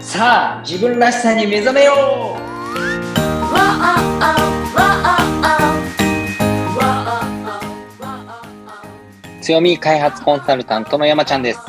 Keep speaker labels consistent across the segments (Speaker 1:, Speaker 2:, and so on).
Speaker 1: さあ自分らしさに目覚めよう強み開発コンサルタントの山ちゃんです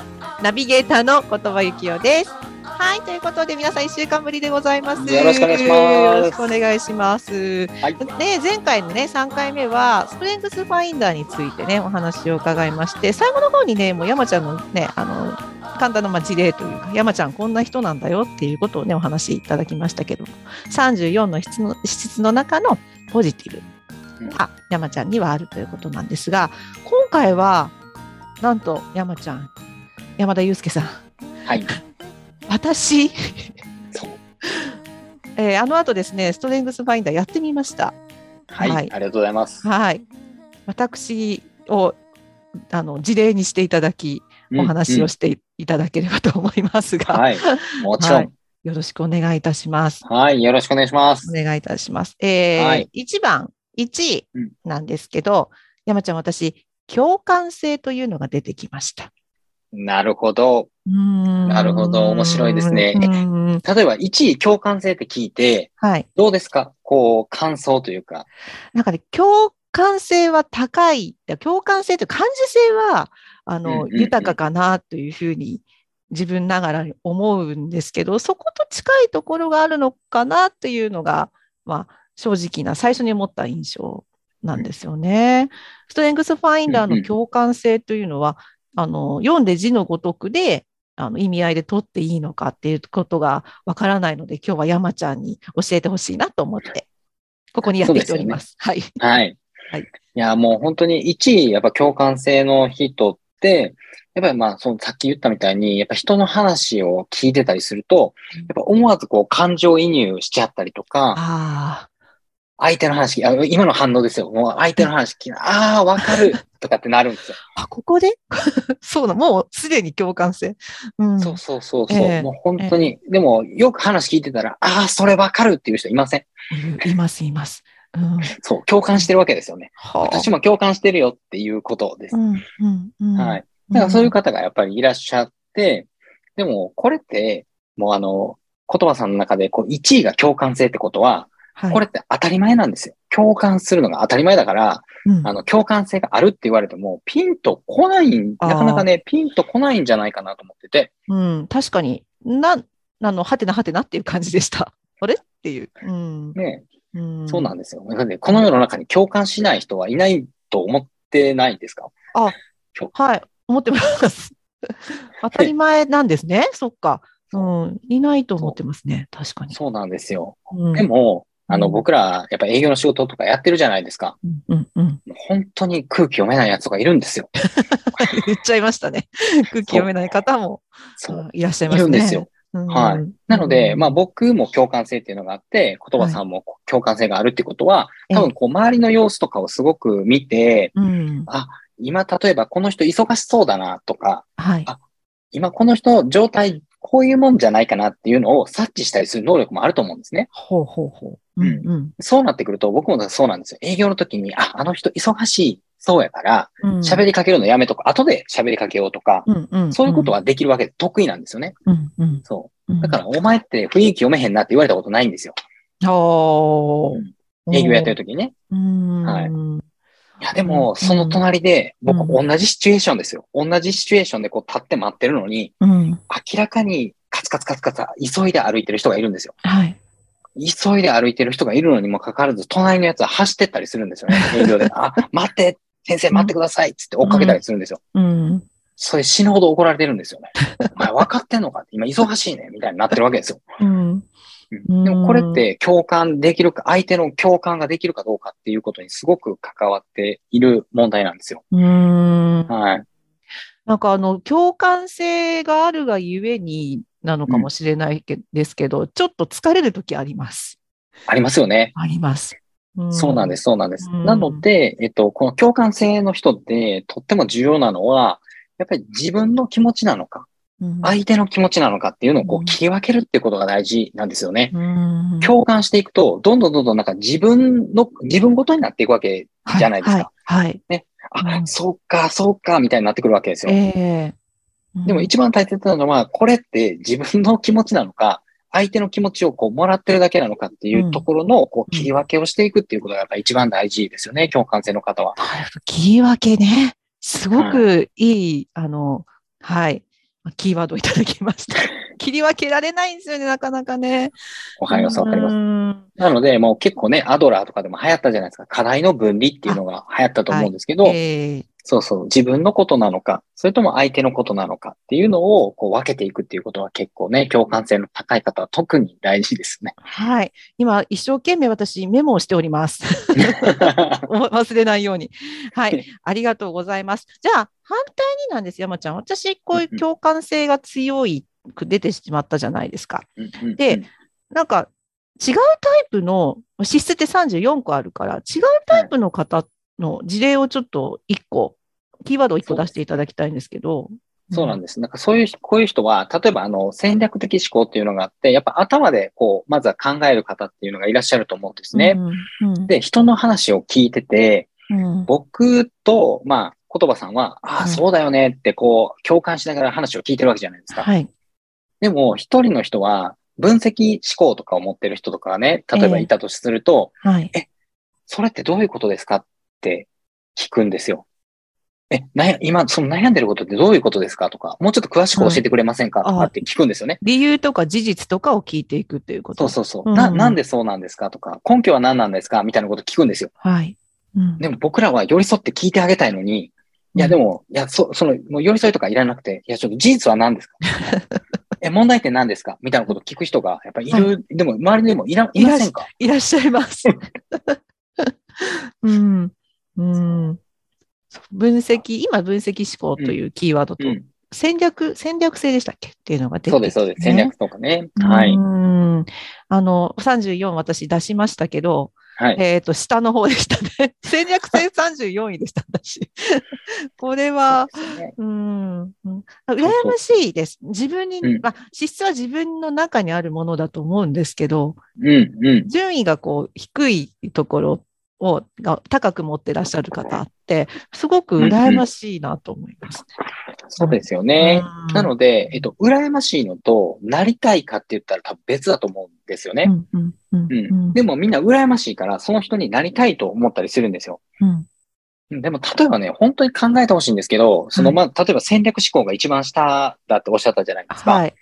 Speaker 2: ナビゲーターの言葉ゆきおです。はい、ということで皆さん一週間ぶりでございます。
Speaker 1: よろしくお願いします
Speaker 2: よろしくお願いします。
Speaker 1: はい
Speaker 2: で、前回のね、3回目は、ストレングスファインダーについてね、お話を伺いまして、最後の方にね、もう山ちゃんのね、あの、簡単なまあ事例というか、山ちゃんこんな人なんだよっていうことをね、お話しいただきましたけども、34の質の質の中のポジティ
Speaker 1: うん
Speaker 2: ブが山ちゃんにはあるということなんですが、今回は、なんと山ちゃん、山田裕介さん、
Speaker 1: はい
Speaker 2: 私
Speaker 1: そう、
Speaker 2: えーあの後ですね、ストレングスファインダーやってみました。
Speaker 1: はい、
Speaker 2: はい
Speaker 1: ありがとうございます、
Speaker 2: はい。私をあの事例にしていただき、お話を
Speaker 1: し
Speaker 2: していただければと思いますが、
Speaker 1: はいもちろん
Speaker 2: は
Speaker 1: はい
Speaker 2: い、よろしくお願いいたします。
Speaker 1: よろしくお願いします
Speaker 2: お願いいたします。えー
Speaker 1: はい
Speaker 2: 1番、1位
Speaker 1: うん
Speaker 2: なんですけど、山ちゃん、私、共感性というのが出てきました。
Speaker 1: なるほど
Speaker 2: な
Speaker 1: るほど面白いですね例えば1位共感性って聞いて
Speaker 2: はい。
Speaker 1: どうですかこう感想というか
Speaker 2: なんかね、共感性は高い。共感性というか、感受性は、あ
Speaker 1: うん
Speaker 2: の、
Speaker 1: うんうん
Speaker 2: 豊かかなというふうに、自分ながらに思うんですけど、そこと近いところがあるのかなというのが、まあ、正直な、最初に思った印象なんですよね。ストレングスファインダー
Speaker 1: うんう
Speaker 2: の
Speaker 1: ん
Speaker 2: 共感性というのは、あの、読んで字のごとくで、あの意味合いで取っていいのかっていうことがわからないので、今日は山ちゃんに教えてほしいなと思って、ここにやってきております。はい。
Speaker 1: はい。
Speaker 2: はい
Speaker 1: いや、もう本当に1位、やっぱ共感性の人って、やっぱりまあ、そのさっき言ったみたいに、やっぱ人の話を聞いてたりすると、やっぱ思わずこう感情移入しちゃったりとか、
Speaker 2: あ
Speaker 1: 相手の話聞きあ、今の反応ですよ。もう相手の話聞き、ああ、わかる とかってなるんですよ。
Speaker 2: ーあ、ここで そうだ、もうすでに共感性。うん、
Speaker 1: そうそうそうそう。
Speaker 2: ええ
Speaker 1: もう本当に、でもよく話聞いてたら、ああ、それわかるっていう人いません。
Speaker 2: いるいます、います。うん、
Speaker 1: そう、共感してるわけですよね。
Speaker 2: はあ
Speaker 1: 私も共感してるよっていうことです
Speaker 2: う。んうんうん
Speaker 1: はい。だからそういう
Speaker 2: か、
Speaker 1: 方がやっぱりいらっしゃって、でもこれって、もうあの、言葉さんの中でこう1位が共感性ってことは、
Speaker 2: はい
Speaker 1: これ、って当たり前なんですよ。共感するのが当たり前だから、
Speaker 2: うん
Speaker 1: あの、共感性があるって言われても、ピンと来ない、なかなかね、ピンと来ないんじゃないかなと思ってて、
Speaker 2: うん、確かにな、あの、はてなはてなっていう感じでした。あれっていう。うん
Speaker 1: ね、
Speaker 2: うん、
Speaker 1: そうなん
Speaker 2: ん
Speaker 1: ですよ。なので、この世の中に共感しない人はいないと思ってないですか
Speaker 2: はい、思ってます。当たり前なんで すね。そっか。うん、いないと思ってますね。確かに。
Speaker 1: そうなんですよ。
Speaker 2: うん
Speaker 1: で、も、あの、
Speaker 2: うん
Speaker 1: 僕ら、やっぱ営業の仕事とかやってるじゃないですか。
Speaker 2: うんうん うん、
Speaker 1: もう本当に空気読めないやつとかいるんですよ。
Speaker 2: 言っちゃいましたね。 空気読めない方も
Speaker 1: そう
Speaker 2: うんいらっしゃい
Speaker 1: い
Speaker 2: ま
Speaker 1: る
Speaker 2: すね。
Speaker 1: んですよ。
Speaker 2: うん。
Speaker 1: はいなので、まあ
Speaker 2: うん、
Speaker 1: 僕も共感性っていうのがあって、言葉さんも共感性があるってことは、
Speaker 2: ええ
Speaker 1: 多分こう周りの様子とかをすごく見て、
Speaker 2: うん、
Speaker 1: 今例えばこの人忙しそうだなとか、
Speaker 2: はい。
Speaker 1: あ今この人の状態こういうもんじゃないかなっていうのを察知したりする能力もあると思うんですね。
Speaker 2: ほうほうほう。
Speaker 1: う
Speaker 2: うんんうん
Speaker 1: そうなってくると僕もそうなんですよ。営業の時に、あ、あの人忙しいそうやから、
Speaker 2: うん。
Speaker 1: 喋りかけるのやめとか、後で喋りかけようとか、
Speaker 2: うんうん
Speaker 1: そういうことはできるわけで得意なんですよね。
Speaker 2: うんうん
Speaker 1: そうう。
Speaker 2: ん。
Speaker 1: だからお前って雰囲気読めへんなって言われたことないんですよ。
Speaker 2: ら、おー
Speaker 1: 営業やってる時にね。
Speaker 2: うん。
Speaker 1: はいいや、で
Speaker 2: う
Speaker 1: も、
Speaker 2: ん
Speaker 1: その隣で、
Speaker 2: うん
Speaker 1: 僕、同じシチュエーションですよ。同じシチュエーションでこう、立って待ってるのに、
Speaker 2: うん。
Speaker 1: 明らかに、カツカツカツカツ、急いで歩いてる人がいるんですよ。
Speaker 2: はい。
Speaker 1: 急いで歩いてる人がいるのにもかかわらず、隣のやつは走ってったりするん ですよね。営業で。あ、待って、先生待ってくださいっつって追っかけたりするんですよ。
Speaker 2: うん。
Speaker 1: それ死ぬほど怒られてるんですよ ね。お前分かってんのかって、今忙しいね、みたいになってるわけですよ。
Speaker 2: うん。
Speaker 1: うんでもこれって共感できるか、相手の共感ができるかどうかっていうことにすごく関わっている問題なんですよ。
Speaker 2: うん。
Speaker 1: はい。
Speaker 2: なんかあの、共感性があるがゆえに、なのかもしれないけ、ですけど、ちょっと疲れる時あります。
Speaker 1: ありますよね。
Speaker 2: あります。。
Speaker 1: そうなんですす、そうなんです。
Speaker 2: うん
Speaker 1: なので、えっと、この共感性の人ってとっても重要なのは、やっぱり自分の気持ちなのか、
Speaker 2: うん
Speaker 1: 相手の気持ちなのかっていうのをこ
Speaker 2: う
Speaker 1: うん切り分けるってことが大事なんですよね。
Speaker 2: うん
Speaker 1: 共感していくと、どんどんどんどんなんか自分の、自分ごとになっていくわけ、じゃないですか。
Speaker 2: はい。はい
Speaker 1: あ、
Speaker 2: うん
Speaker 1: そうか、そうか、みたいになってくるわけですよ。
Speaker 2: ええ
Speaker 1: でも一番大切なのは、これって自分の気持ちなのか、相手の気持ちをこうもらってるだけなのかっていうところのこう切り分けをしていくっていうことがやっぱ一番大事ですよね、共感性の方は。
Speaker 2: 切り分けね。すごくいい、あの、はい。キーワードいただきま した。切り分けられないんですよね、なかなかね。
Speaker 1: わかります、わかります。
Speaker 2: ま
Speaker 1: なので、もう結構ね、アドラーとかでも流行ったじゃないですか。課題の分離っていうのが流行ったと思うんですけど、
Speaker 2: えー
Speaker 1: そうそう、自分のことなのか、それとも相手のことなのかっていうのをこう分けていくっていうことは結構ね、共感性の高い方は特に大事です ね。
Speaker 2: はい。今、一生懸命私メモをしております。 忘れないように。はい。ありがとうございます。じゃあ、反対になんです、山ちゃん。私、こういう共感性が強いく出てしまったじゃないですか。
Speaker 1: うんうんうん
Speaker 2: で、なんか、違うタイプの、資質って34個あるから、違うタイプの方の事例をちょっと1個、キーワードを1個出していただきたいんですけど。
Speaker 1: そうなんです。なんかそういう、こういう人は、例えばあの、戦略的思考っていうのがあって、やっぱ頭でこう、まずは考える方っていうのがいらっしゃると思うんですね。
Speaker 2: うん。うん、
Speaker 1: で、人の話を聞いてて、
Speaker 2: うん、
Speaker 1: 僕と、まあ、言葉さんは、あ
Speaker 2: う
Speaker 1: あ、
Speaker 2: ん
Speaker 1: そうだよねってこう、共感しながら話を聞いてるわけじゃないですか。
Speaker 2: はい。
Speaker 1: でも、一人の人は、分析思考とかを持ってる人とかがね、例えば
Speaker 2: ええ
Speaker 1: いたとすると、
Speaker 2: はい。
Speaker 1: それってどういうことですかって聞くんですよ。え、なや、今、その悩んでることってどういうことですかとか、もうちょっと詳しく教えてくれませんか
Speaker 2: は
Speaker 1: と
Speaker 2: い
Speaker 1: かって聞くんですよね。
Speaker 2: 理由とか事実とかを聞いていくっていうこと。
Speaker 1: そうそうそう。
Speaker 2: うん
Speaker 1: な、なんでそうなんですかとか、根拠は何なんですかみたいなこと聞くんですよ。
Speaker 2: はい。うん
Speaker 1: でも僕らは寄り添って聞いてあげたいのに、いやでも、いや、そ、その、もう寄り添いとかいらなくて、いや、ちょっと事実は何 ですかえ、問題点何ですかみたいなこと聞く人が、やっぱりいる、でも、周りでもいら、いませんか
Speaker 2: いらっしゃいます。 うん。うん。分析、今分析思考というキーワードと、
Speaker 1: うん。
Speaker 2: 戦略、戦略性でしたっけっていうのが出てきて、
Speaker 1: そうです、そうです。戦略とかね。
Speaker 2: ね。
Speaker 1: はい。
Speaker 2: うん。あの、34私出しましたけど、
Speaker 1: はい。
Speaker 2: えっ、と、下の方でしたね。 戦略性34位でした、私。 これは、
Speaker 1: そうですよね
Speaker 2: うん、うん
Speaker 1: う
Speaker 2: 羨ましいです。自分に、
Speaker 1: うん
Speaker 2: まあ、資質は自分の中にあるものだと思うんですけど、
Speaker 1: うん、うん。
Speaker 2: 順位がこう低いところをが高く持ってらっしゃる方って、すごく羨ましいなと思います
Speaker 1: そうですよね。
Speaker 2: うん
Speaker 1: なので、えっと、羨ましいのと、なりたいかって言ったら多分別だと思うんですよ
Speaker 2: ね。
Speaker 1: ね。
Speaker 2: うんうん
Speaker 1: う
Speaker 2: う
Speaker 1: ん
Speaker 2: うん
Speaker 1: ん。でもみんな羨ましいから、その人になりたいと思ったりするんですよ。
Speaker 2: うん
Speaker 1: うんでも、例えばね、本当に考えてほしいんですけど、その、
Speaker 2: は
Speaker 1: まあ、例えば戦略思考が一番下だっておっしゃったじゃないですか。
Speaker 2: はい。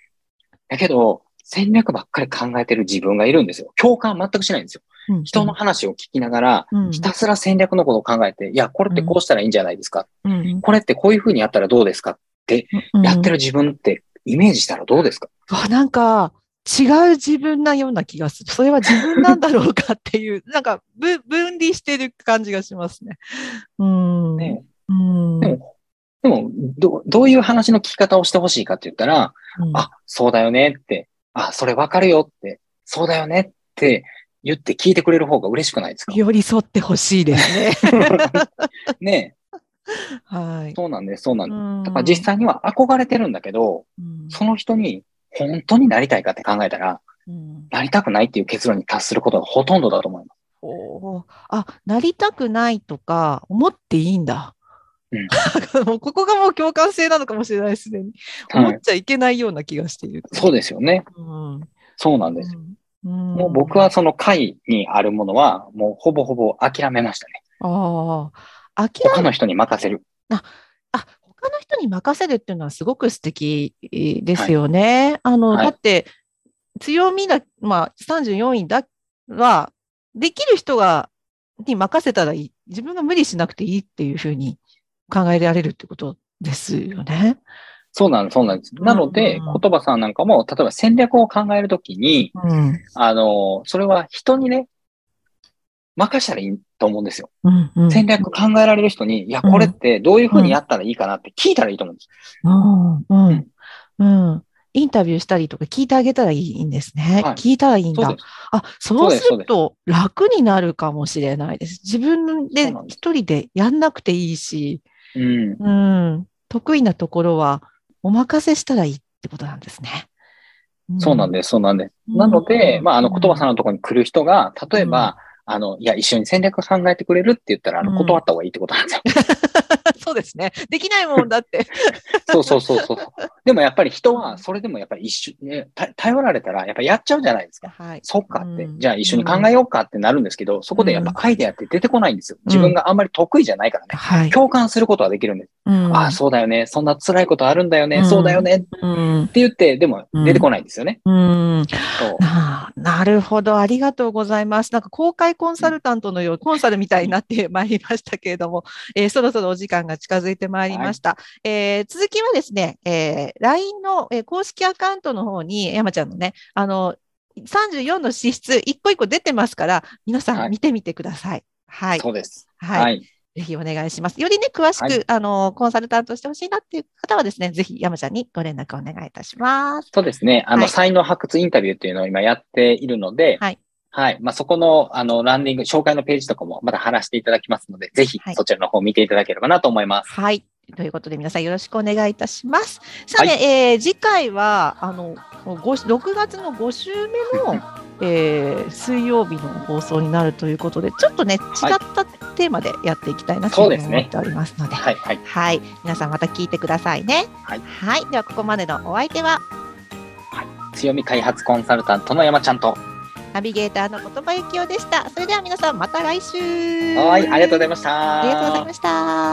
Speaker 1: だけど、戦略ばっかり考えてる自分がいるんですよ。共感全くしないんですよ。
Speaker 2: うん
Speaker 1: 人の、話を聞きながら、
Speaker 2: うん
Speaker 1: ひたすら戦略のことを考えて、いや、これってこうしたらいいんじゃないですか。
Speaker 2: うん
Speaker 1: これってこういうふうにやったらどうですか。
Speaker 2: うん
Speaker 1: やってる自分ってイメージしたらどうですか
Speaker 2: うわなんか、違う自分なような気がする。それは自分なんだろうかっていう、なんかぶ分離してる感じがしますね。うん。
Speaker 1: ね
Speaker 2: うん。
Speaker 1: でも、でもど、どういう話の聞き方をしてほしいかって言ったら、
Speaker 2: うん
Speaker 1: あ、そうだよねって、あ、それわかるよって、そうだよねって言って聞いてくれる方が嬉しくないですか
Speaker 2: 寄り添ってほしいですね。
Speaker 1: ね
Speaker 2: はい
Speaker 1: え。そうなんです、そうなんです。だから
Speaker 2: 実
Speaker 1: 実際には憧れてるんだけど、その人に本当になりたいかって考えたら、
Speaker 2: うん
Speaker 1: なりたくないっていう結論に達することがほとんどだと思います。
Speaker 2: おーあ、なりたくないとか、思っていいんだ。もう ここがもう共感性なのかもしれないですね。思
Speaker 1: は
Speaker 2: っ
Speaker 1: い。
Speaker 2: ちゃいけないような気がしている。
Speaker 1: そうですよね。
Speaker 2: うん
Speaker 1: そうなんです。
Speaker 2: うん
Speaker 1: もう僕はその会にあるものは、もうほぼほぼ諦めましたね。
Speaker 2: ああ、諦め
Speaker 1: 他の人に任せる。
Speaker 2: あ、他の人に任せるっていうのはすごく素敵ですよね。あの、
Speaker 1: はい
Speaker 2: だって、強みだ、まあ、34位だ、は、できる人が、に任せたらいい。自分が無理しなくていいっていうふうに考えられるってことですよね。
Speaker 1: そうなんです、そうなんです。なので、
Speaker 2: うん
Speaker 1: 言葉さんなんかも、例えば戦略を考えるときに、
Speaker 2: うん。
Speaker 1: あの、それは人にね、任したらいいと思うんですよ。
Speaker 2: うん、うん。
Speaker 1: 戦略考えられる人に、いや、これってどういうふうにやったらいいかなって聞いたらいいと思うんです。
Speaker 2: うん、うん
Speaker 1: ん。
Speaker 2: うん。インタビューしたりとか聞いてあげたらいいんですね。
Speaker 1: はい
Speaker 2: 聞いたらいいん
Speaker 1: そう
Speaker 2: だ
Speaker 1: で。す。
Speaker 2: あ、そうす
Speaker 1: そう
Speaker 2: る
Speaker 1: です
Speaker 2: と楽になるかもしれないです。自分
Speaker 1: そ
Speaker 2: で
Speaker 1: うなんです
Speaker 2: 一人でやんなくていいし、
Speaker 1: うん。
Speaker 2: うん、得意なところはお任せしたらいいってことなんですね。
Speaker 1: そうなん
Speaker 2: で
Speaker 1: です、そうなんです。
Speaker 2: うん
Speaker 1: なので、まあ、あの、
Speaker 2: うん
Speaker 1: 言葉さんのところに来る人が、例えば、あの、いや、一緒に戦略考えてくれるって言ったら、あ
Speaker 2: う
Speaker 1: の、
Speaker 2: ん
Speaker 1: 断った方がいいってことなん ですよ。
Speaker 2: そうですね。できないもん だって。
Speaker 1: そうそうそうそう。でもやっぱり人は、それでもやっぱり一緒、ね、た頼られたら、やっぱやっちゃうじゃないですか。
Speaker 2: はい。
Speaker 1: そっかって、
Speaker 2: うん
Speaker 1: じゃあ一緒に考えようかってなるんですけど、そこでやっぱアイデアって出てこないんですよ。自分があんまり得意じゃないからね。
Speaker 2: はい。
Speaker 1: 共感することはできるんです。
Speaker 2: うん
Speaker 1: ああ、そうだよね。そんな辛いことあるんだよね。
Speaker 2: うん
Speaker 1: そうだよね。って
Speaker 2: うん。
Speaker 1: 言って、でも出てこないんですよね。
Speaker 2: うん。
Speaker 1: そう
Speaker 2: ああなるほど。ありがとうございます。なんか公開コンサルタントのよう、コンサルみたいになってまいりましたけれども、えーそろそろお時間が近づいてまいりました。えー続きはですね、えー LINE の、えー公式アカウントの方に、山ちゃんのね、あの、34の資質、一個一個出てますから、皆さ
Speaker 1: は
Speaker 2: ん
Speaker 1: い
Speaker 2: 見てみてください。はい。
Speaker 1: そうです。
Speaker 2: はい。
Speaker 1: はい。
Speaker 2: ぜひお願いします。よりね、詳しく、
Speaker 1: はい
Speaker 2: あの、コンサルタントしてほしいなっていう方はですね、ぜひ山ちゃんにご連絡お願いいたします。
Speaker 1: そうですね。あ
Speaker 2: は
Speaker 1: の、
Speaker 2: い
Speaker 1: 才能発掘インタビューっていうのを今やっているので、
Speaker 2: はい。
Speaker 1: はい。まあ、そこの、あの、ランディング、紹介のページとかもまだ話していただきますので、ぜひ
Speaker 2: はい
Speaker 1: そちらの方を見ていただければなと思います。
Speaker 2: はい。ということで、皆さんよろしくお願いいたします。さあね、
Speaker 1: はい
Speaker 2: えー次回は、あの、ご6月の5週目の、えー水曜日の放送になるということで、ちょっとね、違
Speaker 1: い
Speaker 2: ったテーマでやっていきたいなと
Speaker 1: そう
Speaker 2: 思
Speaker 1: ですね
Speaker 2: っておりますので、
Speaker 1: はい。はい。
Speaker 2: はい。皆さんまた聞いてくださいね。
Speaker 1: はい
Speaker 2: はい。では、ここまでのお相手は、
Speaker 1: 強み開発コンサルタントの山ちゃんと。
Speaker 2: ナビゲーターの言葉ゆきおでした。それでは皆さんまた来週。
Speaker 1: はい。ありがとうござい
Speaker 2: ま
Speaker 1: まし
Speaker 2: し
Speaker 1: た。
Speaker 2: ありがとうございました。